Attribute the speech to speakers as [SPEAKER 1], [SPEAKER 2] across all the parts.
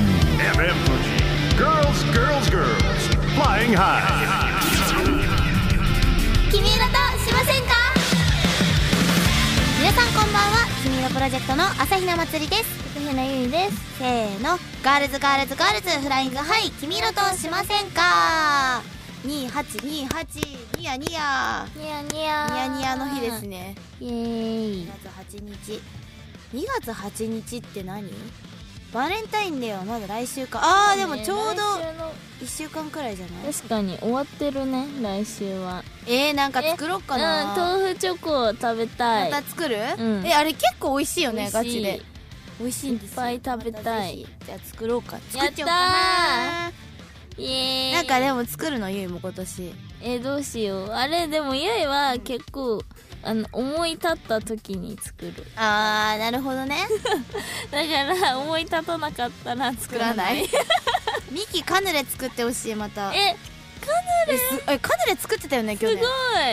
[SPEAKER 1] FM Fuji. Girls, girls, girls. Flying high.
[SPEAKER 2] 君色としませんか皆さんこんばんは君色プロジェクトの朝比奈まつりです朝比奈ゆいですせーのガールズガールズガールズフライングハイ君色としませんか2828ニヤニヤ
[SPEAKER 3] ニヤニヤ
[SPEAKER 2] ニヤニヤの日ですね
[SPEAKER 3] イエーイ
[SPEAKER 2] 2月8日2月8日って何バレンタインデーはまだ来週かあーでもちょうど1週間くらいじゃない
[SPEAKER 3] 確かに終わってるね来週は
[SPEAKER 2] えー、なんか作ろっかな
[SPEAKER 3] うん豆腐チョコを食べたい
[SPEAKER 2] また作る、
[SPEAKER 3] うん
[SPEAKER 2] えあれ結構美味しいよね
[SPEAKER 3] 美
[SPEAKER 2] ガ
[SPEAKER 3] 味し
[SPEAKER 2] チ
[SPEAKER 3] い
[SPEAKER 2] で美味しいんですよ
[SPEAKER 3] いっぱい食べたい
[SPEAKER 2] まぜひじゃあ作ろうか
[SPEAKER 3] やったー
[SPEAKER 2] 作っちゃおうか
[SPEAKER 3] イエー
[SPEAKER 2] な
[SPEAKER 3] イ
[SPEAKER 2] なんかでも作るのゆいも今年
[SPEAKER 3] えどうしようあれでもゆいは結構あの思い立った時に作る
[SPEAKER 2] あーなるほどね
[SPEAKER 3] だから思い立たなかったら作
[SPEAKER 2] 作
[SPEAKER 3] ら
[SPEAKER 2] ら
[SPEAKER 3] な
[SPEAKER 2] ないいミキカヌレ作ってほしいまた え
[SPEAKER 3] え
[SPEAKER 2] すえカヌレ作ってたよね去
[SPEAKER 3] す
[SPEAKER 2] 年
[SPEAKER 3] ごい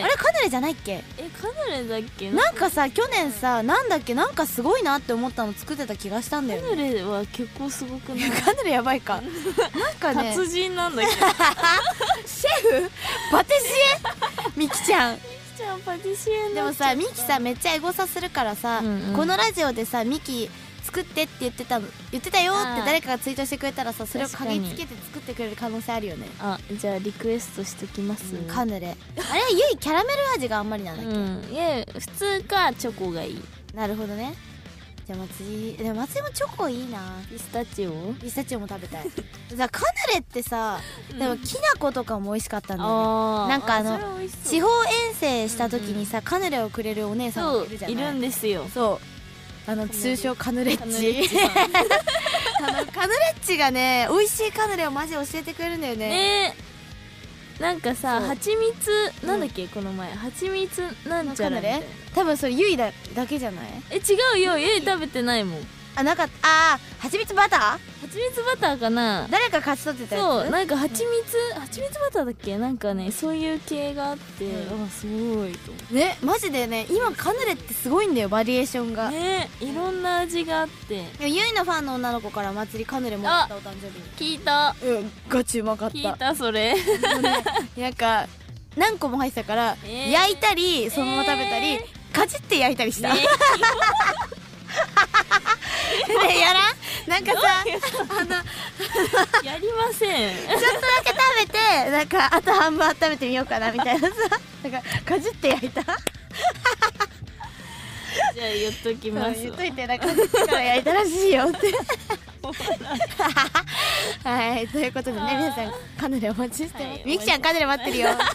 [SPEAKER 2] あれカヌレじゃないっけ
[SPEAKER 3] えカヌレだっけ
[SPEAKER 2] なんかさ去年さなんだっけなんかすごいなって思ったの作ってた気がしたんだよ
[SPEAKER 3] カヌ
[SPEAKER 2] ね
[SPEAKER 3] レは結構すごくな い
[SPEAKER 2] カヌレやばいかなんかね
[SPEAKER 3] 達人なん だけど
[SPEAKER 2] シェフパティシエミキちゃん
[SPEAKER 3] ちゃんパティシエに
[SPEAKER 2] で
[SPEAKER 3] な
[SPEAKER 2] も
[SPEAKER 3] っちゃ
[SPEAKER 2] さ
[SPEAKER 3] う
[SPEAKER 2] ミキさめっちゃエゴサするからさ、
[SPEAKER 3] うんうん
[SPEAKER 2] このラジオでさミキ作ってって言ってたの言ってたよって誰かがツイートしてくれたらさそれを
[SPEAKER 3] 確かに
[SPEAKER 2] 鍵つけて作ってくれる可能性あるよね
[SPEAKER 3] あじゃあリクエストしときます、
[SPEAKER 2] カヌレあれはゆいキャラメル味があんまりなんだっけ、
[SPEAKER 3] うんいや普通かチョコがいい
[SPEAKER 2] なるほどねじゃあ松井でも松井もチョコいいな
[SPEAKER 3] ピスタチオ
[SPEAKER 2] ピスタチオも食べ たいさカヌレってさでもきな粉とかも美味しかったんだよね
[SPEAKER 3] あー
[SPEAKER 2] なんかあの
[SPEAKER 3] それ美味しそう
[SPEAKER 2] 地方遠征した時にさ、カヌレをくれるお姉さんがいるじゃ
[SPEAKER 3] そ
[SPEAKER 2] な
[SPEAKER 3] う
[SPEAKER 2] い
[SPEAKER 3] いるんですよ
[SPEAKER 2] そうあの通称カヌレッ
[SPEAKER 3] カヌレッ
[SPEAKER 2] チ
[SPEAKER 3] チさん
[SPEAKER 2] あのカヌレッチがね美味しいカヌレをマジ教えてくれるんだよね
[SPEAKER 3] ねなんかさ
[SPEAKER 2] そう
[SPEAKER 3] 蜂蜜なんだっけ、この前蜂蜜なんち
[SPEAKER 2] カ
[SPEAKER 3] ゃら
[SPEAKER 2] ヌ
[SPEAKER 3] みたい
[SPEAKER 2] レ
[SPEAKER 3] な
[SPEAKER 2] 多分それゆいだだけじゃない
[SPEAKER 3] え違うよゆい食べてないもん
[SPEAKER 2] あなかったあー蜂蜜バタ
[SPEAKER 3] 蜂蜜バターかな
[SPEAKER 2] ー誰か勝ち取ってたやつ
[SPEAKER 3] そうなんか蜂蜜蜂蜜バターだっけなんかねそういう系があって、
[SPEAKER 2] う
[SPEAKER 3] あすごいと
[SPEAKER 2] ねマジでね今カヌレってすごいんだよバリエーションが、
[SPEAKER 3] 思うねいろんな味があって
[SPEAKER 2] ゆいのファンの女の子から祭りカヌレもらったお誕生日
[SPEAKER 3] 聞いた
[SPEAKER 2] にうんガチうまかっ
[SPEAKER 3] 聞いたそれ
[SPEAKER 2] なんか何個も入ってたから、
[SPEAKER 3] えー
[SPEAKER 2] 焼いたりそのまま食べたり、
[SPEAKER 3] え
[SPEAKER 2] かじって焼いたりした、
[SPEAKER 3] ね
[SPEAKER 2] ねやらんなんかさちょっ
[SPEAKER 3] やりません
[SPEAKER 2] とだけ食べてなんかあと半分温めてみようかなみたいなさ なんかかじって焼いた
[SPEAKER 3] じゃあ言っときます
[SPEAKER 2] 言っといてなんか かじってから焼いたらしいよってはいということでね皆さんカヌレお待ちしてま
[SPEAKER 3] はい
[SPEAKER 2] すみきちゃんカヌレ待って るよは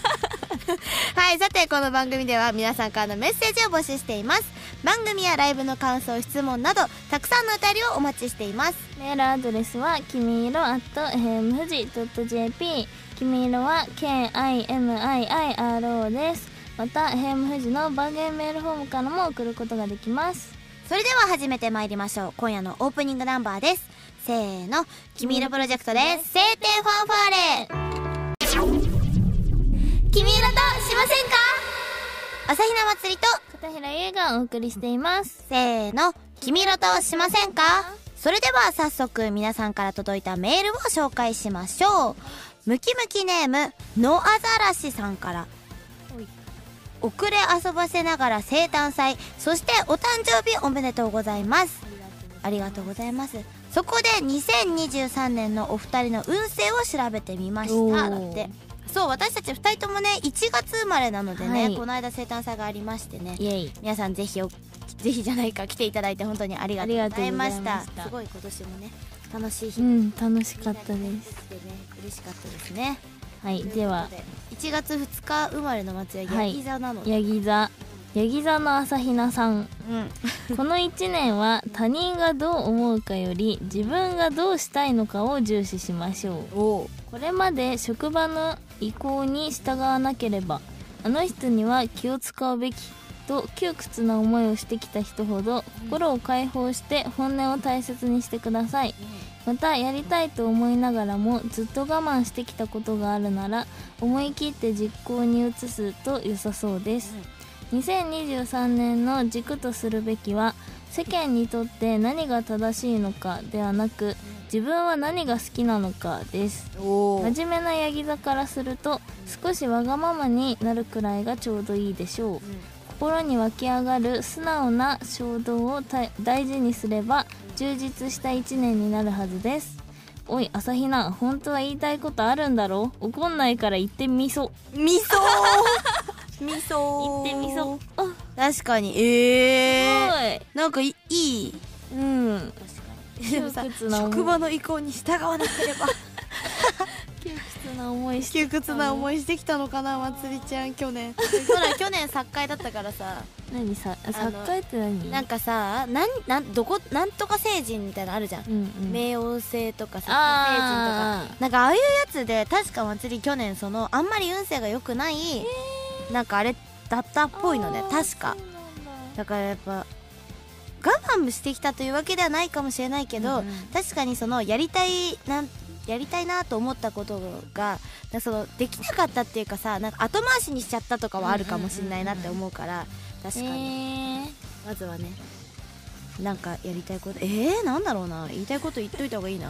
[SPEAKER 2] いさてこの番組では皆さんからのメッセージを募集しています番組やライブの感想質問などたくさんのお便りをお待ちしています
[SPEAKER 3] メールアドレスはきみいろ at hemfuji.jp きみいろは KIMIIRO ですまた hemfuji の番組メールフォームからも送ることができます
[SPEAKER 2] それでは始めてまいりましょう今夜のオープニングナンバーですせーの「君色プロジェクト」で「晴天ファンファーレ」「君色としませんか?」朝比奈祭りと
[SPEAKER 3] 片平優がお送りしています
[SPEAKER 2] せーの「君色としませんか?」それでは早速皆さんから届いたメールを紹介しましょうムキムキネームのあざらしさんから遅れ遊ばせながら生誕祭そしてお誕生日おめでとうございますありがとうございますそこで2023年のお二人の運勢を調べてみまし
[SPEAKER 3] お
[SPEAKER 2] た
[SPEAKER 3] ー
[SPEAKER 2] だってそう私たち二人ともね1月生まれなのでね、
[SPEAKER 3] はい
[SPEAKER 2] この間生誕祭がありましてね
[SPEAKER 3] イエイ
[SPEAKER 2] 皆さんぜひおぜひじゃないか来ていただいて本当にありがとうございました
[SPEAKER 3] ありがとうございました
[SPEAKER 2] すごい今年もね楽しい日
[SPEAKER 3] う
[SPEAKER 2] に
[SPEAKER 3] ん楽しか
[SPEAKER 2] な
[SPEAKER 3] っ
[SPEAKER 2] り
[SPEAKER 3] たです
[SPEAKER 2] でね嬉しかったですね
[SPEAKER 3] はいでは
[SPEAKER 2] ということで1月2日生まれの松屋
[SPEAKER 3] は
[SPEAKER 2] 焼き
[SPEAKER 3] い
[SPEAKER 2] 座なので、
[SPEAKER 3] ヤギ座ヤギ座の朝比奈さん
[SPEAKER 2] うん
[SPEAKER 3] この1年は他人がどう思うかより自分がどうしたいのかを重視しましょうこれまで職場の意向に従わなければあの人には気を使うべきと窮屈な思いをしてきた人ほど心を解放して本音を大切にしてくださいまたやりたいと思いながらもずっと我慢してきたことがあるなら思い切って実行に移すと良さそうです2023年の軸とするべきは世間にとって何が正しいのかではなく自分は何が好きなのかです
[SPEAKER 4] おお
[SPEAKER 3] 真面目なヤギ座からすると少しわがままになるくらいがちょうどいいでしょう、心に湧き上がる素直な衝動をた大事にすれば充実した1年になるはずですおい朝比奈本当は言いたいことあるんだろ怒んないから言ってみそ
[SPEAKER 4] 味噌味噌
[SPEAKER 3] 言ってみそあす
[SPEAKER 2] 確かにええー、
[SPEAKER 3] ご
[SPEAKER 2] なんかいいい
[SPEAKER 3] いうん
[SPEAKER 4] で もさ
[SPEAKER 3] 窮屈な思い
[SPEAKER 4] 職場の意向に従わなければ
[SPEAKER 3] 窮屈な思いして
[SPEAKER 4] 窮屈な思
[SPEAKER 3] い
[SPEAKER 4] いしてきたのかなまつりちゃん去年
[SPEAKER 2] ほら去年作家だったからさ
[SPEAKER 3] 何さ
[SPEAKER 2] あの
[SPEAKER 3] 作家って何
[SPEAKER 2] なんかさなんなんどこなんとか成人みたいなのあるじゃん、
[SPEAKER 3] うんうん
[SPEAKER 2] 冥王星とかさ火星人とか
[SPEAKER 3] あー
[SPEAKER 2] なんかああいうやつで確か祭り去年そのあんまり運勢が良くないなんかあれだったっぽいのね
[SPEAKER 3] あー
[SPEAKER 2] 確か
[SPEAKER 3] そうなんだ
[SPEAKER 2] だからやっぱ我慢してきたというわけではないかもしれないけど、
[SPEAKER 3] うんうん
[SPEAKER 2] 確かにそのやりたいなんやりたいなと思ったことがなんかそのできなかったっていうかさなんか後回しにしちゃったとかはあるかもしれないなって思うから、確かに、
[SPEAKER 3] えー
[SPEAKER 2] まずはねなんかやりたいことえー、なんだろうな言いたいこと言っといた方がいいな。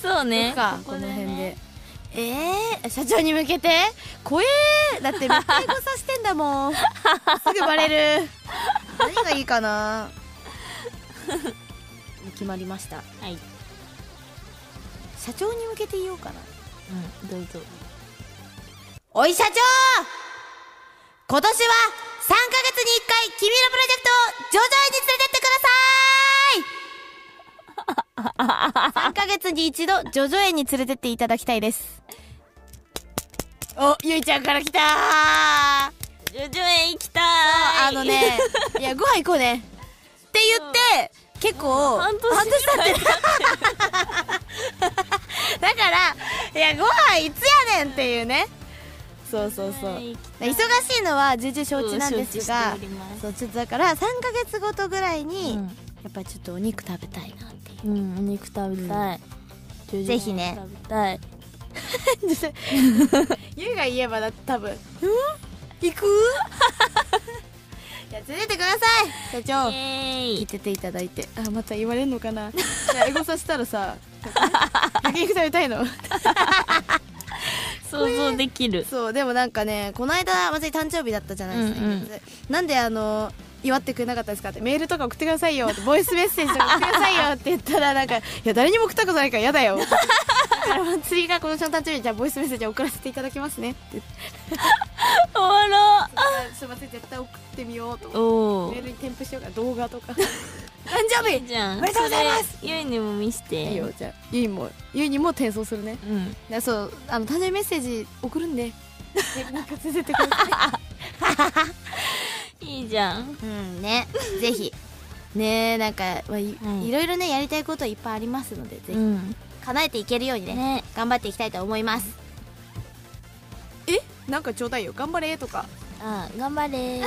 [SPEAKER 3] そうね
[SPEAKER 2] かこ
[SPEAKER 3] こ
[SPEAKER 2] の
[SPEAKER 3] の
[SPEAKER 2] 辺
[SPEAKER 3] 辺
[SPEAKER 2] で
[SPEAKER 3] で。
[SPEAKER 2] えー、社長に向けて怖えーだってめっちゃエゴさしてんだも んすぐバレる何がいいかな 決まりました
[SPEAKER 3] はい
[SPEAKER 2] 社長に向けて言おうかな
[SPEAKER 3] うんどうぞ
[SPEAKER 2] おい社長今年は3ヶ月に1回君のプロジェクトを徐々に連れてってください 3ヶ月に一度叙々苑に連れてっていただきたいですおゆいちゃんから来たー
[SPEAKER 3] ジョジョ園行きたい
[SPEAKER 2] あのねいやご飯行こうねって言って結構
[SPEAKER 3] 半 年
[SPEAKER 2] 半年経ってるだからいやご飯いつやねんっていうねそうそうそう
[SPEAKER 3] 行きたい
[SPEAKER 2] 忙しいのは重々承知なんですが
[SPEAKER 3] うん承知しております
[SPEAKER 2] そうちょっとだから3ヶ月ごとぐらい に、
[SPEAKER 3] うん
[SPEAKER 2] やっぱりちょっとお肉食べたいなっていう
[SPEAKER 3] うんお肉食べたい叙々苑
[SPEAKER 2] ぜひね
[SPEAKER 3] 食べたい
[SPEAKER 4] ゆうが言えばだって多分
[SPEAKER 2] 行 くいや連れてください社長
[SPEAKER 3] イエ
[SPEAKER 2] 聞
[SPEAKER 3] ー
[SPEAKER 2] い
[SPEAKER 3] イ
[SPEAKER 2] てていただいて
[SPEAKER 4] あまた言われんのか なじゃあエゴさしたらさ焼肉食べたいの
[SPEAKER 3] 想像できる
[SPEAKER 2] そうでもなんかねこの間松井誕生日だったじゃないですか、
[SPEAKER 3] うんうん
[SPEAKER 4] なんであの祝ってくれなかったんですかってメールとか送ってくださいよってボイスメッセージとか送ってくださいよって言ったらなんかいや誰にも送ったことないから嫌だよだからまつりがこの人の誕生日にじゃあボイスメッセージ送らせていただきますねって言って
[SPEAKER 3] おもろ
[SPEAKER 4] すいません絶対送ってみようと思って
[SPEAKER 3] おお
[SPEAKER 4] メールに添付しようから動画とか
[SPEAKER 2] 誕生
[SPEAKER 3] い
[SPEAKER 2] 日
[SPEAKER 3] いじゃん
[SPEAKER 2] おめでとうございます
[SPEAKER 3] それゆいにも見して
[SPEAKER 4] いいよじゃあゆいもゆいにも転送するね
[SPEAKER 3] うん
[SPEAKER 4] だからそうあの誕生日メッセージ送るんで なんか連れてください
[SPEAKER 3] いいじゃん
[SPEAKER 2] うん ねぜひねえなんか、まあい
[SPEAKER 3] はい
[SPEAKER 2] いろいろねやりたいこといっぱいありますのでぜひ、
[SPEAKER 3] うん
[SPEAKER 2] 叶えていけるようにね
[SPEAKER 3] ね
[SPEAKER 2] 頑張っていきたいと思います
[SPEAKER 4] えなんかちょうだいよ頑張れとか
[SPEAKER 3] あ頑張 れ
[SPEAKER 2] で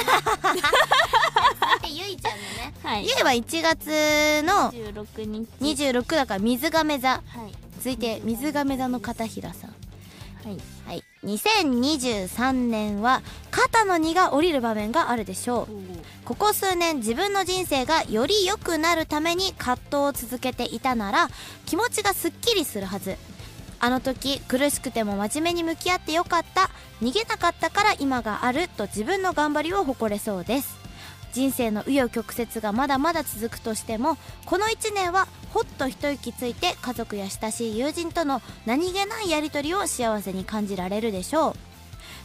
[SPEAKER 2] ゆいちゃん のね
[SPEAKER 3] はい
[SPEAKER 2] ゆいは1月の
[SPEAKER 3] 26日
[SPEAKER 2] 26だから水亀座
[SPEAKER 3] はい
[SPEAKER 2] 続いて水亀座の片平さん
[SPEAKER 3] はい
[SPEAKER 2] はい2023年は肩の荷が下りる場面があるでしょうここ数年自分の人生がより良くなるために葛藤を続けていたなら気持ちがすっきりするはずあの時苦しくても真面目に向き合ってよかった逃げなかったから今があると自分の頑張りを誇れそうです人生の紆余曲折がまだまだ続くとしてもこの1年はほっと一息ついて家族や親しい友人との何気ないやり取りを幸せに感じられるでしょう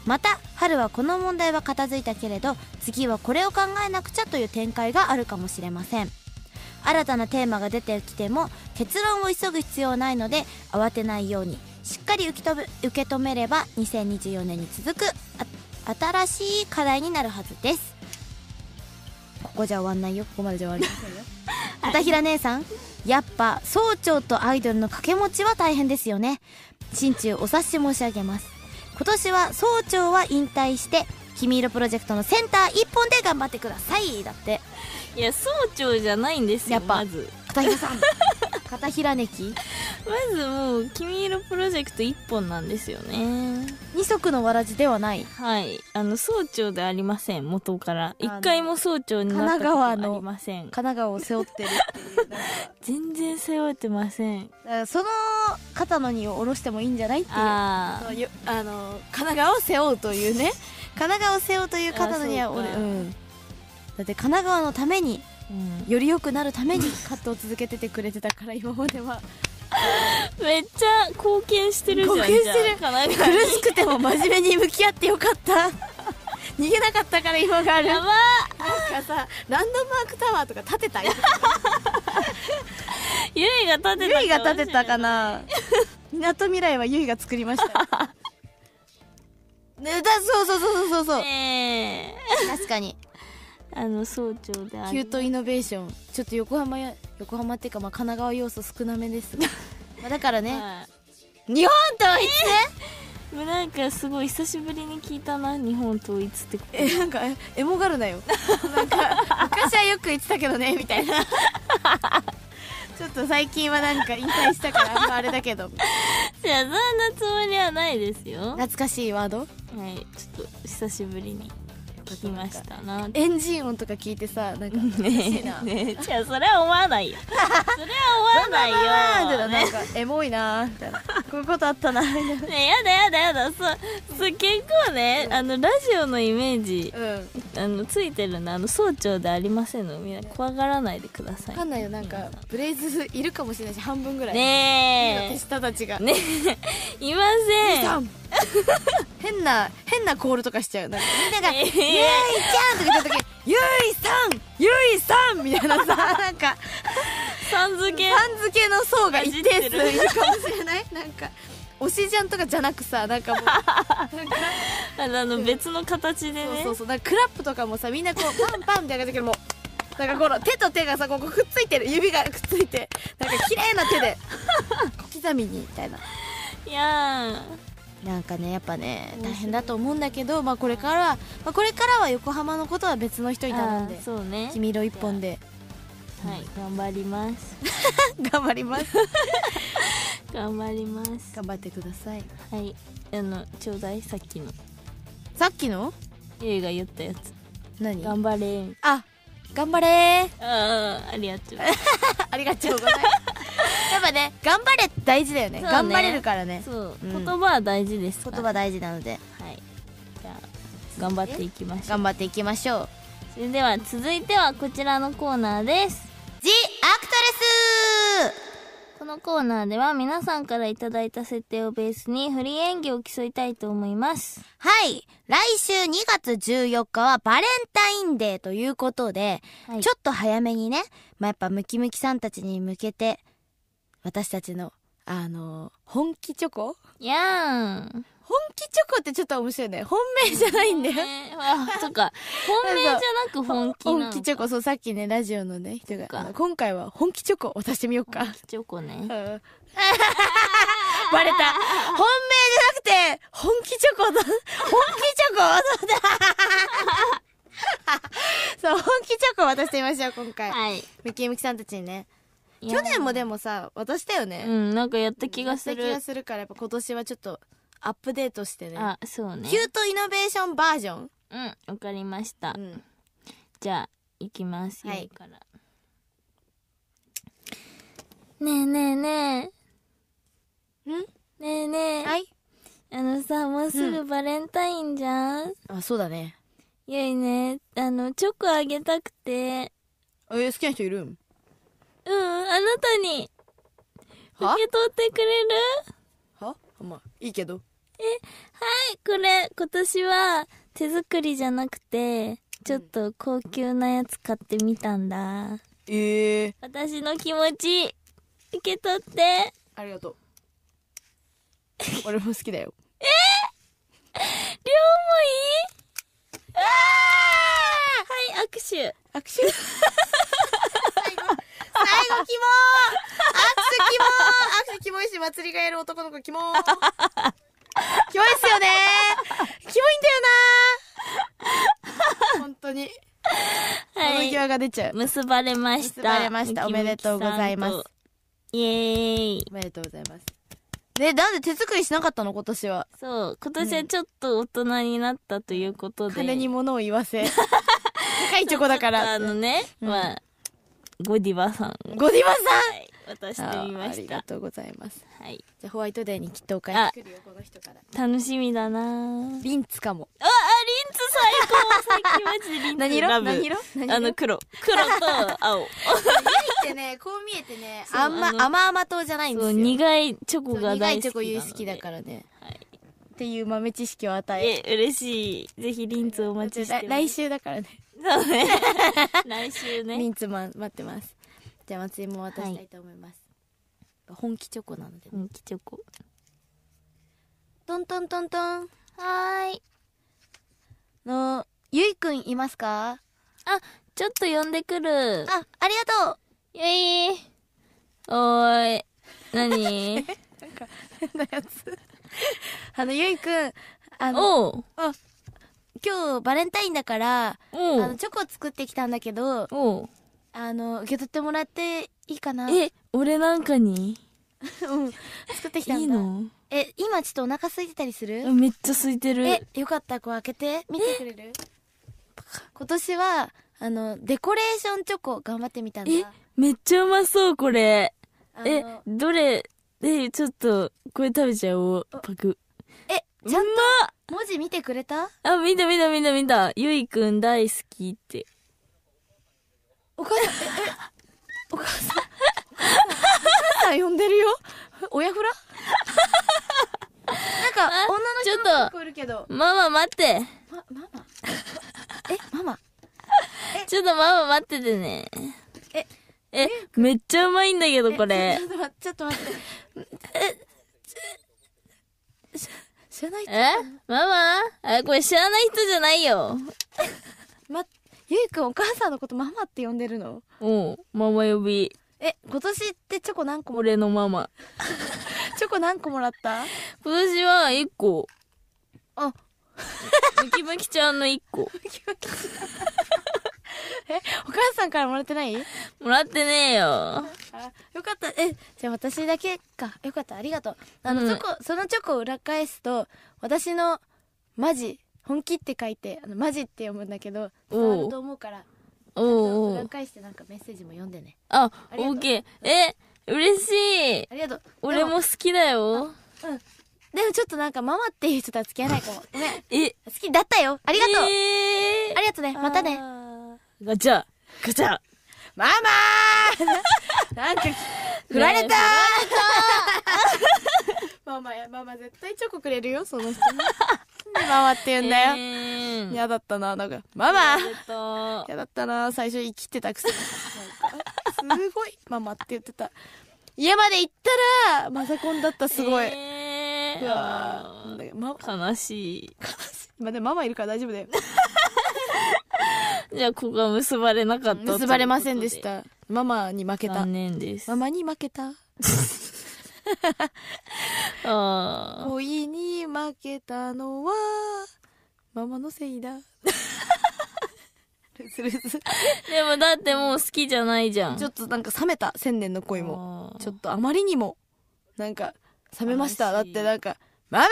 [SPEAKER 2] また春はこの問題は片付いたけれど次はこれを考えなくちゃという展開があるかもしれません新たなテーマが出てきても結論を急ぐ必要はないので慌てないようにしっかり受け止め受け止めれば2024年に続くあ新しい課題になるはずですここじゃ終わんないよここまでじゃ終わりませんよ片平姉さんやっぱ総長とアイドルの掛け持ちは大変ですよね心中お察し申し上げます今年は総長は引退して君色プロジェクトのセンター一本で頑張ってくださいだって
[SPEAKER 3] いや総長じゃないんですよ
[SPEAKER 2] やっぱ
[SPEAKER 3] まず
[SPEAKER 2] 片平さん片平ねき
[SPEAKER 3] まずもう「君色プロジェクト」一本なんですよね
[SPEAKER 2] 二足のわらじではない
[SPEAKER 3] はいあの総長でありません元から
[SPEAKER 2] あの
[SPEAKER 3] 一回も総長になったことありません
[SPEAKER 2] 神奈川を背負ってる
[SPEAKER 3] 全然背負えてません
[SPEAKER 2] だ からその肩の荷を下ろしてもいいんじゃないっていう
[SPEAKER 3] あ
[SPEAKER 4] そうよあの神奈川を背負うというね神奈川を背負うという肩のには俺
[SPEAKER 3] あそう
[SPEAKER 4] う
[SPEAKER 3] か
[SPEAKER 4] ん
[SPEAKER 2] だって神奈川のために
[SPEAKER 3] あ、うん
[SPEAKER 2] より良くなるために
[SPEAKER 4] カットを続けててくれてたから今までは
[SPEAKER 3] めっちゃ貢献してるじゃん
[SPEAKER 4] 貢献してる
[SPEAKER 3] じゃあ神奈
[SPEAKER 4] 苦
[SPEAKER 3] 川に
[SPEAKER 4] しくても真面目に向き合ってよかった逃げなかったから今がある
[SPEAKER 3] やば
[SPEAKER 4] なんかさランドマークタワーとか建 てたよ
[SPEAKER 3] ゆいが立てた
[SPEAKER 4] ゆいが建てたか なみなとみらいはゆいが作りましたよねだそうそうそうそうそうそう
[SPEAKER 3] ねえ
[SPEAKER 2] 確かに
[SPEAKER 3] あの総長であ
[SPEAKER 4] キュー
[SPEAKER 3] り
[SPEAKER 4] トイノベーションちょっと横浜や横浜っていうかまあ神奈川要素少なめです が
[SPEAKER 2] まあだからね、
[SPEAKER 3] は
[SPEAKER 4] 日本統一
[SPEAKER 3] いもうなんかすごい久しぶりに聞いたな日本統一って
[SPEAKER 4] えなんかえエモがるなよなんか昔はよく言ってたけどねみたいなちょっと最近はなんか引退したからあんまあれだけど
[SPEAKER 3] いやそんなつもりはないですよは
[SPEAKER 4] 懐かしいワード
[SPEAKER 3] いちょっと久しぶりに聞きましたな
[SPEAKER 4] エンジン音とか聞いてさなんか懐かしい
[SPEAKER 3] ね
[SPEAKER 4] な、
[SPEAKER 3] えねえじゃあそれは思わ ないよそれは思わないよ
[SPEAKER 4] あーみたいななんかエモいなーみたいなこういうことあったなみたい な
[SPEAKER 3] ねやだやだやだそうそう結構ねあのラジオのイメージ
[SPEAKER 4] うん
[SPEAKER 3] あのついてるのあの総長でありませんのみんな怖がらないでください
[SPEAKER 4] 分かんないよなんかブレイズいるかもしれないし半分ぐらい
[SPEAKER 3] ね
[SPEAKER 4] 手下たちが
[SPEAKER 3] えねえいません
[SPEAKER 4] さん 変な変なコールとかしちゃうなんかみんなが「ゆいち
[SPEAKER 3] ええ
[SPEAKER 4] ゃん!」とか言った時「ゆいさんゆいさん!」みたい なさなんか
[SPEAKER 3] さん付
[SPEAKER 4] フ
[SPEAKER 3] け
[SPEAKER 4] ァン付けの層が一定数いるかもしれないなんか推しじゃんとかじゃなくさなん かもうなんか
[SPEAKER 3] あのあの別の形でね
[SPEAKER 4] そうそうそうなんかクラップとかもさみんなこうパンパンってやる時にもうなんかこの手と手がさここくっついてる指がくっついてなんか綺麗な 手で小刻みにみたいない
[SPEAKER 3] や
[SPEAKER 2] なんかねやっぱね大変だと思うんだけど、まあ、これからは、まあ、これからは横浜のことは別の人
[SPEAKER 3] ー
[SPEAKER 2] に頼んで
[SPEAKER 3] あーそうね
[SPEAKER 2] 黄色一本で
[SPEAKER 3] はい頑張ります
[SPEAKER 4] 頑張ります
[SPEAKER 3] 頑張ります
[SPEAKER 4] 頑張ってください
[SPEAKER 3] はいあのちょうだいさっきの
[SPEAKER 4] さっきの
[SPEAKER 3] ゆいが言ったやつ
[SPEAKER 4] 何
[SPEAKER 3] 頑張れん
[SPEAKER 4] あ頑張れー
[SPEAKER 3] ああありがとう
[SPEAKER 4] ありがとうござ いますやっぱね頑張れって大事だよね
[SPEAKER 3] そうね
[SPEAKER 4] 頑張れるからね
[SPEAKER 3] そう、
[SPEAKER 4] うん
[SPEAKER 3] 言葉は大事ですか
[SPEAKER 2] 言
[SPEAKER 3] ら
[SPEAKER 2] 葉大事なので
[SPEAKER 3] はいじゃあ頑張っていきましょう
[SPEAKER 4] 頑張っていきましょう
[SPEAKER 3] それでは続いてはこちらのコーナーです
[SPEAKER 2] 「ジ・アクトレス
[SPEAKER 3] このコーナーでは皆さんからいただいた設定をベースにフリー演技を競いたいと思います」
[SPEAKER 2] はい来週2月14日はバレンタインデーということで、
[SPEAKER 3] はい
[SPEAKER 2] ちょっと早めにね、まあ、やっぱムキムキさんたちに向けて
[SPEAKER 4] 私たちのあの本気チョコ
[SPEAKER 3] やーん
[SPEAKER 4] 本気チョコってちょっと面白いね本命じゃないんだよ
[SPEAKER 3] ねあそ っか本命じゃなく 本気な
[SPEAKER 4] 本
[SPEAKER 3] の
[SPEAKER 4] 気チョコそうさっきねラジオのね人
[SPEAKER 3] そ
[SPEAKER 4] が
[SPEAKER 3] っか
[SPEAKER 4] あの今回は本気チョコを出してみようか
[SPEAKER 3] 本気チョコ
[SPEAKER 4] うん
[SPEAKER 3] ね
[SPEAKER 4] バレた本命じゃなくて本気チョコだ本気チョコだ そう本気チョコを渡してみましょう今回、
[SPEAKER 3] はい
[SPEAKER 4] ムキムキさんたちにね
[SPEAKER 3] いや
[SPEAKER 4] 去
[SPEAKER 3] ー
[SPEAKER 4] 年もでもさ渡したよね、
[SPEAKER 3] うんなんかやった気がす
[SPEAKER 4] やった気
[SPEAKER 3] る
[SPEAKER 4] がするからやっぱ今年はちょっとアップデートしてね
[SPEAKER 3] あそうね
[SPEAKER 4] キュートイノベーションバージョン、
[SPEAKER 3] うんわかりました、
[SPEAKER 4] うん、
[SPEAKER 3] じゃあ行きます
[SPEAKER 4] はい
[SPEAKER 3] ゆいからねえねえねえ
[SPEAKER 4] ん
[SPEAKER 3] ねえねえ
[SPEAKER 4] はい
[SPEAKER 3] あのさもうすぐバレンタインじゃん、
[SPEAKER 4] あそうだね
[SPEAKER 3] ゆいねあのチョコあげたくて
[SPEAKER 4] え好きな人いるん
[SPEAKER 3] うんあなたに
[SPEAKER 4] は
[SPEAKER 3] 受け取ってくれる
[SPEAKER 4] はまあいいけど
[SPEAKER 3] はいこれ今年は手作りじゃなくてちょっと高級なやつ買ってみたんだ
[SPEAKER 4] ええ
[SPEAKER 3] 私の気持ち受け取って
[SPEAKER 4] ありがとう俺も好きだよ
[SPEAKER 3] 両思いはい握手
[SPEAKER 4] 握手最後最後キモー握手キモー握手キモいし祭りがやる男の子キモーキモいっすよねキモいんだよな本当に
[SPEAKER 3] は
[SPEAKER 4] 物際
[SPEAKER 3] い
[SPEAKER 4] が出ちゃう
[SPEAKER 3] 結ばれました
[SPEAKER 4] 結ばれまし
[SPEAKER 3] ム
[SPEAKER 4] た
[SPEAKER 3] キムキ
[SPEAKER 4] おめでとうございます
[SPEAKER 3] さんイエーイ
[SPEAKER 4] おめでとうございますねなんで手作りしなかったの今年は
[SPEAKER 3] そう今年はちょっと大人になったということで、
[SPEAKER 4] 金に物を言わ せ高いチョコだから
[SPEAKER 3] あのね、
[SPEAKER 4] うん
[SPEAKER 3] まあゴディバさんを
[SPEAKER 4] ゴディバ
[SPEAKER 3] 渡して
[SPEAKER 4] さん
[SPEAKER 3] み
[SPEAKER 4] あ
[SPEAKER 3] ま
[SPEAKER 4] あり
[SPEAKER 3] し
[SPEAKER 4] が
[SPEAKER 3] た
[SPEAKER 4] とうございます
[SPEAKER 3] はい
[SPEAKER 4] じゃあホワイトデーにきっとお返し
[SPEAKER 3] あ
[SPEAKER 4] 来るよこの人から
[SPEAKER 3] 楽しみだなぁ
[SPEAKER 4] リンツかも
[SPEAKER 3] ああリンツ最高さっきマジでリンツ
[SPEAKER 4] 何色
[SPEAKER 3] ラブ
[SPEAKER 4] 何色何色
[SPEAKER 3] あの黒黒と青
[SPEAKER 4] ってねこう見えてね
[SPEAKER 3] そう
[SPEAKER 4] あんま
[SPEAKER 3] あの
[SPEAKER 4] 甘々党じゃないん で
[SPEAKER 3] そ
[SPEAKER 4] す
[SPEAKER 3] う
[SPEAKER 4] よ
[SPEAKER 3] 苦いチョコ
[SPEAKER 4] そう
[SPEAKER 3] が
[SPEAKER 4] 苦
[SPEAKER 3] 大
[SPEAKER 4] い
[SPEAKER 3] 好き
[SPEAKER 4] チョコ
[SPEAKER 3] なので
[SPEAKER 4] 言う好きだからね
[SPEAKER 3] はい
[SPEAKER 4] っていう豆知識を与え
[SPEAKER 3] え嬉しいぜひリンツお待ちしてます
[SPEAKER 4] 来来週だからね
[SPEAKER 3] そうね 来週
[SPEAKER 4] リ
[SPEAKER 3] ね
[SPEAKER 4] ンツマン待ってますじゃあ松井も渡したいと思います、本気チョコなので、
[SPEAKER 3] うんきチョコ
[SPEAKER 2] トントントントン
[SPEAKER 3] はーい
[SPEAKER 2] のゆいくんいますか
[SPEAKER 3] ちょっと呼んでくる
[SPEAKER 2] あありがとう
[SPEAKER 3] ゆいおーい何
[SPEAKER 4] なやつあのゆいくんあの
[SPEAKER 3] おう
[SPEAKER 2] 今日バレンタインだからあ
[SPEAKER 3] お
[SPEAKER 2] の
[SPEAKER 3] う
[SPEAKER 2] チョコ作ってきたんだけど
[SPEAKER 3] おう
[SPEAKER 2] あの受け取ってもらっていいかな
[SPEAKER 3] え俺なんかに
[SPEAKER 2] 作ってきたんだ
[SPEAKER 3] いいの
[SPEAKER 2] え今ちょっとお腹空いてたりする
[SPEAKER 3] めっちゃ空いてる
[SPEAKER 2] えよかったこう開けて見てくれる今年はあのデコレーションチョコ頑張ってみたんだ
[SPEAKER 3] えめっちゃうまそうこれ
[SPEAKER 2] あの
[SPEAKER 3] えどれえちょっとこれ食べちゃおうパク
[SPEAKER 2] え
[SPEAKER 3] ちゃん
[SPEAKER 2] 文字見てくれた
[SPEAKER 3] あ見た見た見た見たゆいくん大好きって
[SPEAKER 4] お母さんええお母さんお母さん 呼んでるよ親フラなんか
[SPEAKER 3] あ
[SPEAKER 4] 女の人の
[SPEAKER 3] ちょっと
[SPEAKER 4] 声聞こえるけど
[SPEAKER 3] ママ待って
[SPEAKER 4] まママ えママ
[SPEAKER 3] ちょっとママ待っててね
[SPEAKER 4] え
[SPEAKER 3] えめっちゃうまいんだけどこれ
[SPEAKER 4] ちょっと待ってちょっと待ってえち知知らない
[SPEAKER 3] えママあこれ知らない人じゃないよ
[SPEAKER 4] まゆいくんお母さんのことママって呼んでるの
[SPEAKER 3] おうママ呼び
[SPEAKER 4] え今年ってチョコ何個も
[SPEAKER 3] 俺のママ
[SPEAKER 4] チョコ何個もらった
[SPEAKER 3] 今年は1個
[SPEAKER 4] あ
[SPEAKER 3] ムキムキちゃんの1個
[SPEAKER 4] えお母さんからもらってない
[SPEAKER 3] もらってねえよ
[SPEAKER 4] あよかったえじゃあ私だけかよかったありがとうあの、
[SPEAKER 3] うん
[SPEAKER 4] チョコそのチョコを裏返すと私のマジ本気って書いてあのマジって読むんだけど
[SPEAKER 3] お
[SPEAKER 4] 伝
[SPEAKER 3] う
[SPEAKER 4] わると思うから
[SPEAKER 3] おうお
[SPEAKER 4] 裏
[SPEAKER 3] う
[SPEAKER 4] 返してなんかメッセージも読んでね
[SPEAKER 3] あ
[SPEAKER 4] ありが
[SPEAKER 3] オ
[SPEAKER 4] とう
[SPEAKER 3] ッケーえ嬉しい
[SPEAKER 4] ありがとう
[SPEAKER 3] 俺も好きだよ
[SPEAKER 4] でもちょっとなんかママっていう人とは付き合えないかも。ごめん。好
[SPEAKER 3] え
[SPEAKER 4] きだったよ。あ
[SPEAKER 3] あ
[SPEAKER 4] りがとう。
[SPEAKER 3] えー
[SPEAKER 4] ありがとうね。またね。
[SPEAKER 3] ガチャガチャ
[SPEAKER 4] ママ ーなんか、
[SPEAKER 3] 振られた
[SPEAKER 4] ママや、ママ絶対チョコくれるよ、その人に。 なんでママって言うんだよ。
[SPEAKER 3] えー
[SPEAKER 4] 嫌だったな、なんか。ママ
[SPEAKER 3] ありがと
[SPEAKER 4] 嫌だったな、最初生きてたくせに。なんかすごい、ママって言ってた。家まで行ったら、マザコンだった、
[SPEAKER 3] う
[SPEAKER 4] すごい。
[SPEAKER 3] えー
[SPEAKER 4] うわーなんかママ
[SPEAKER 3] 悲しい
[SPEAKER 4] 今でもママいるから大丈夫だよ。
[SPEAKER 3] じゃあここが結ばれなかった
[SPEAKER 4] 結ばれませんでし
[SPEAKER 3] という
[SPEAKER 4] た。ママに負け
[SPEAKER 3] ことで
[SPEAKER 4] た
[SPEAKER 3] 残。念です
[SPEAKER 4] ママに負けた。
[SPEAKER 3] あー
[SPEAKER 4] 恋に負けたのはママのせいだ ルスルス
[SPEAKER 3] でもだってもう好きじゃないじゃん
[SPEAKER 4] ちょっとなんか冷めた千年の恋も
[SPEAKER 3] も
[SPEAKER 4] ちょっとあまりにもなんか冷めましただっ
[SPEAKER 3] 悲しい
[SPEAKER 4] てなんか「マ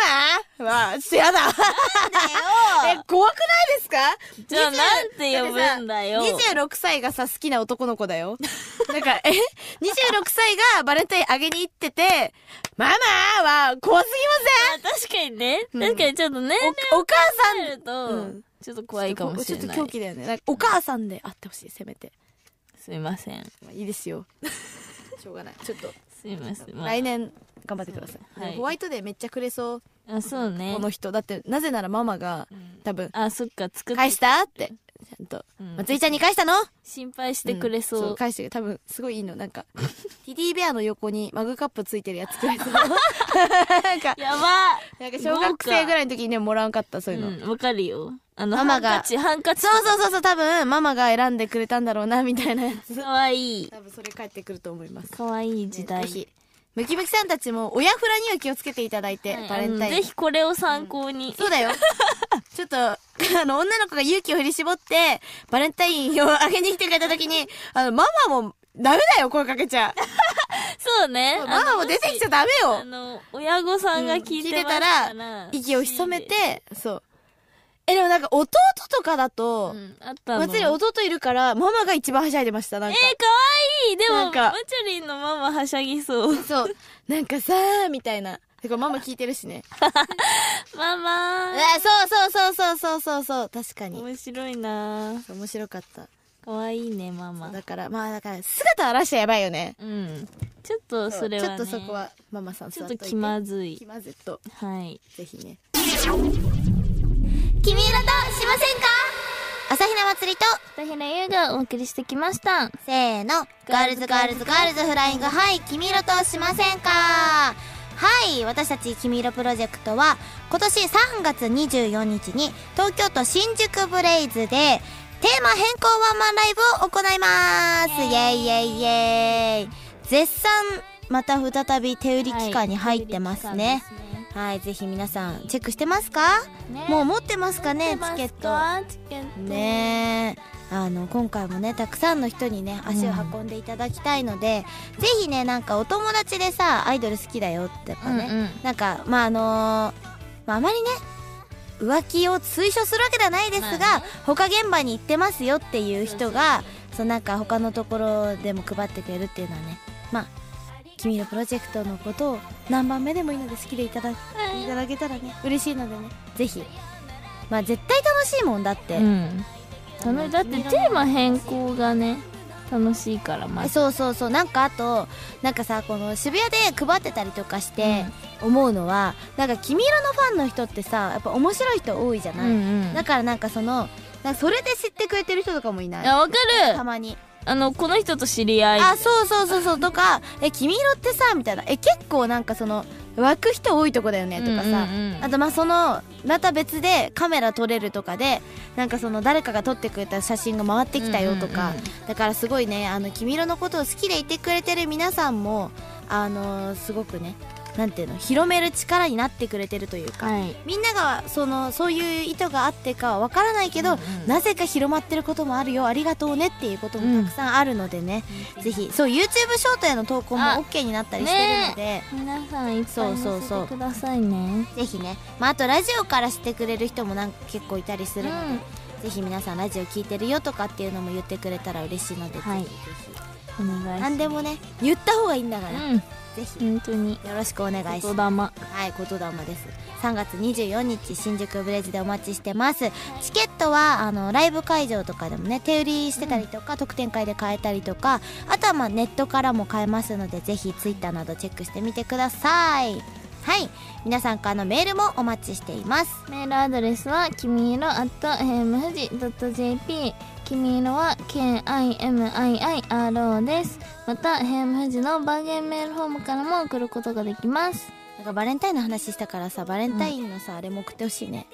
[SPEAKER 4] マわあちょっとやだ」 え怖くないですか
[SPEAKER 3] じゃあなんて呼ぶんだよ
[SPEAKER 4] 26歳がさ好きな男の子だよ なんかえ26歳がバレンタインあげに行ってて「ママは怖すぎま
[SPEAKER 3] あ確かにね
[SPEAKER 4] うん
[SPEAKER 3] 確かにちょっとね
[SPEAKER 4] せんおお母さん
[SPEAKER 3] えると
[SPEAKER 4] うん
[SPEAKER 3] ちょっと怖いかもしれな
[SPEAKER 4] ちょっと狂
[SPEAKER 3] い
[SPEAKER 4] 気だよねなんかお母さんで会ってほしいせめて、
[SPEAKER 3] すいません
[SPEAKER 4] まあ、いいですよ しょうがないちょっと
[SPEAKER 3] すいませんまあ
[SPEAKER 4] 来年頑張ってください、
[SPEAKER 3] はい
[SPEAKER 4] ホワイトデーめっちゃくれそう
[SPEAKER 3] あそうね
[SPEAKER 4] この人だってなぜならママが
[SPEAKER 3] ん
[SPEAKER 4] 多分
[SPEAKER 3] あそっか作
[SPEAKER 4] 「
[SPEAKER 3] っ
[SPEAKER 4] 返してた?」ってちゃんと
[SPEAKER 3] う
[SPEAKER 4] 「
[SPEAKER 3] ん
[SPEAKER 4] 松井ちゃんに返したの?」っ
[SPEAKER 3] 心配してくれそう
[SPEAKER 4] 返して多分すごいいいのなん かティディベアの横にマグカップついてるやつ くれそうなんか
[SPEAKER 3] やば
[SPEAKER 4] なんか小学生ぐらいの時にねもらわんかったそういうの、
[SPEAKER 3] うんわかるよあの
[SPEAKER 4] ママが
[SPEAKER 3] ハンカチハンカチ
[SPEAKER 4] そうそうそうそう多分ママが選んでくれたんだろうなみたいなやつ
[SPEAKER 3] かわいい
[SPEAKER 4] 多分それ返ってくると思います
[SPEAKER 3] かわいい時代
[SPEAKER 4] ぜひムキムキさんたちも親フラには気をつけていただいて、
[SPEAKER 3] はい
[SPEAKER 4] バレンタ
[SPEAKER 3] あの
[SPEAKER 4] イ
[SPEAKER 3] ぜ
[SPEAKER 4] ン
[SPEAKER 3] ひこれを参考に
[SPEAKER 4] そうだよ ちょっとあの女の子が勇気を振り絞って バレンタインをあげに来てくれた時にあのママもダメだよ声かけちゃ
[SPEAKER 3] そうね。あの
[SPEAKER 4] ママも出てきちゃダメ
[SPEAKER 3] あ
[SPEAKER 4] よ
[SPEAKER 3] の、親御さんが聞いてました
[SPEAKER 4] うん
[SPEAKER 3] ら、
[SPEAKER 4] 息を潜め、て、そう。え、でもなんか弟とかだ
[SPEAKER 3] う
[SPEAKER 4] と、
[SPEAKER 3] ん、あったの。
[SPEAKER 4] まつり弟いるから、ママが一番はしゃいでました、なん
[SPEAKER 3] えー、
[SPEAKER 4] か。
[SPEAKER 3] かわいいで
[SPEAKER 4] な
[SPEAKER 3] も、
[SPEAKER 4] んか
[SPEAKER 3] マチャリンのママはしゃぎそう。
[SPEAKER 4] そう。なんかさー、みたいな。てかママ聞いてるしね。
[SPEAKER 3] ママ
[SPEAKER 4] あ
[SPEAKER 3] ー。
[SPEAKER 4] そうそうそうそうそうそうそう、確かに。
[SPEAKER 3] 面白いな
[SPEAKER 4] 面白かった。
[SPEAKER 3] かわいいね、ママ。
[SPEAKER 4] だから、まあだから、姿荒らしちゃやばいよね。
[SPEAKER 3] うん。ちょっと、それは、ね、
[SPEAKER 4] ちょっとそこは、ママさん
[SPEAKER 3] ち
[SPEAKER 4] 座
[SPEAKER 3] ょっ
[SPEAKER 4] と
[SPEAKER 3] と
[SPEAKER 4] いて
[SPEAKER 3] 気まず
[SPEAKER 4] 気
[SPEAKER 3] い。
[SPEAKER 4] まずっと、
[SPEAKER 3] はい。
[SPEAKER 4] ぜひね。
[SPEAKER 2] 君色としませんか朝比奈まつりと
[SPEAKER 3] 片平優がお送りしてきました。
[SPEAKER 2] せーのガールズガールズガールズフライングはい君色としませんかはい私たち君色プロジェクトは今年3月24日に東京都新宿ブレイズでテーマ変更ワンマンライブを行いますイエイイエイイエイ絶賛また再び手売り期間に入ってますねはいぜひ皆さんチェックしてますか
[SPEAKER 3] ね
[SPEAKER 2] もう持ってますかね
[SPEAKER 3] 持っ
[SPEAKER 2] チ
[SPEAKER 3] てま
[SPEAKER 2] ケッ
[SPEAKER 3] す
[SPEAKER 2] ト
[SPEAKER 3] かチケット。
[SPEAKER 2] ねえあの今回もねたくさんの人にね足を運んでいただきたいので、ぜひねなんかお友達でさアイドル好きだよってかね、
[SPEAKER 3] うんうん
[SPEAKER 2] なんかまああのまあ、あまりね浮気を推奨するわけではないですが、
[SPEAKER 3] まあね
[SPEAKER 2] 他現場に行ってますよっていう人が
[SPEAKER 3] そう
[SPEAKER 2] そうなんか他のところでも配ってくれるっていうのはねまあ君のプロジェクトのことを何番目でもいいので好きでいただいただけたらね嬉しいのでねぜひまあ絶対楽しいもんだって、
[SPEAKER 3] うん楽しだってテーマ変更がね楽しいからま
[SPEAKER 2] え
[SPEAKER 3] ず
[SPEAKER 2] そうそうそうなんかあとなんかさこの渋谷で配ってたりとかして思うのは、なんか君色のファンの人ってさやっぱ面白い人多いじゃ
[SPEAKER 3] う
[SPEAKER 2] ない、
[SPEAKER 3] んうん
[SPEAKER 2] だからなんかそのなんかそれで知ってくれてる人とかもいない
[SPEAKER 3] あわか
[SPEAKER 2] た
[SPEAKER 3] る
[SPEAKER 2] まに
[SPEAKER 3] あのこの人と知り合い
[SPEAKER 2] あそうそうそうそうとか「え君色ってさ」みたいな「え結構なんかその湧く人多いとこだよね」とかさ、
[SPEAKER 3] うんうんうん
[SPEAKER 2] あとまあそのまた別でカメラ撮れるとかでなんかその誰かが撮ってくれた写真が回ってきたよとか、
[SPEAKER 3] うんうん
[SPEAKER 2] だからすごいねあの君色のことを好きでいてくれてる皆さんもあのすごくねなんていうの広める力になってくれてるというか、
[SPEAKER 3] はい
[SPEAKER 2] みんながそのそういう意図があってかはわからないけど、
[SPEAKER 3] うんうん
[SPEAKER 2] なぜか広まってることもあるよありがとうねっていうこともたくさんあるのでね、ぜひそう YouTube ショートへの投稿も
[SPEAKER 3] あ
[SPEAKER 2] OK になったりしてるので、
[SPEAKER 3] 皆さんいっぱい
[SPEAKER 2] そう
[SPEAKER 3] 乗
[SPEAKER 2] そうそう
[SPEAKER 3] せてくださいね
[SPEAKER 2] ぜひね、まあ、あとラジオからしてくれる人もなんか結構いたりするので、ぜひ皆さんラジオ聞いてるよとかっていうのも言ってくれたら嬉しいので、
[SPEAKER 3] はい
[SPEAKER 2] ぜひぜ
[SPEAKER 3] お願
[SPEAKER 2] ひ
[SPEAKER 3] いします
[SPEAKER 2] 何でもね言った方がいいんだから、
[SPEAKER 3] うん
[SPEAKER 2] ぜひ
[SPEAKER 3] 本当に
[SPEAKER 2] よろしくお願いします
[SPEAKER 3] 言霊
[SPEAKER 2] はい、ことだまです。3月24日、新宿ブレイズでお待ちしてます。チケットは、あの、ライブ会場とかでもね、手売りしてたりとか、特典会で買えたりとか、あとはまあ、ネットからも買えますので、ぜひ、ツイッターなどチェックしてみてください。はい、皆さんからのメールもお待ちしています。
[SPEAKER 3] メールアドレスはきみいろ at hemfuji.jp きみいろは KIMIIRO ですまた hemfuji の番組メールフォームからも送ることがで きます
[SPEAKER 2] なんかバレンタインの話したからさ、バレンタインのさ、あれも送ってほしいね。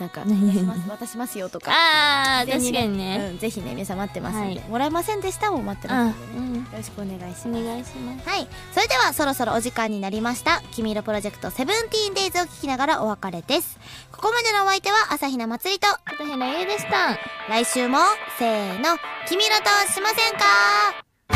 [SPEAKER 2] なんか、
[SPEAKER 3] 何
[SPEAKER 2] 渡します渡しますよとか。
[SPEAKER 3] あー
[SPEAKER 2] 事前
[SPEAKER 3] 確かにね、
[SPEAKER 2] うん、ぜひね、皆さん待ってますんで、
[SPEAKER 3] は
[SPEAKER 2] もらえませんでしたも待ってますんでね。
[SPEAKER 3] う
[SPEAKER 2] よ
[SPEAKER 3] ん、
[SPEAKER 2] ろしくお願いします
[SPEAKER 3] お。願いします。
[SPEAKER 2] はい。それではそろそろお時間になりました。君色プロジェクトセブンティーンデイズを聞きながらお別れです。ここまでのお相手は朝比奈まつりと、
[SPEAKER 3] 片平優でした。
[SPEAKER 2] 来週も、せーの、君色としませんか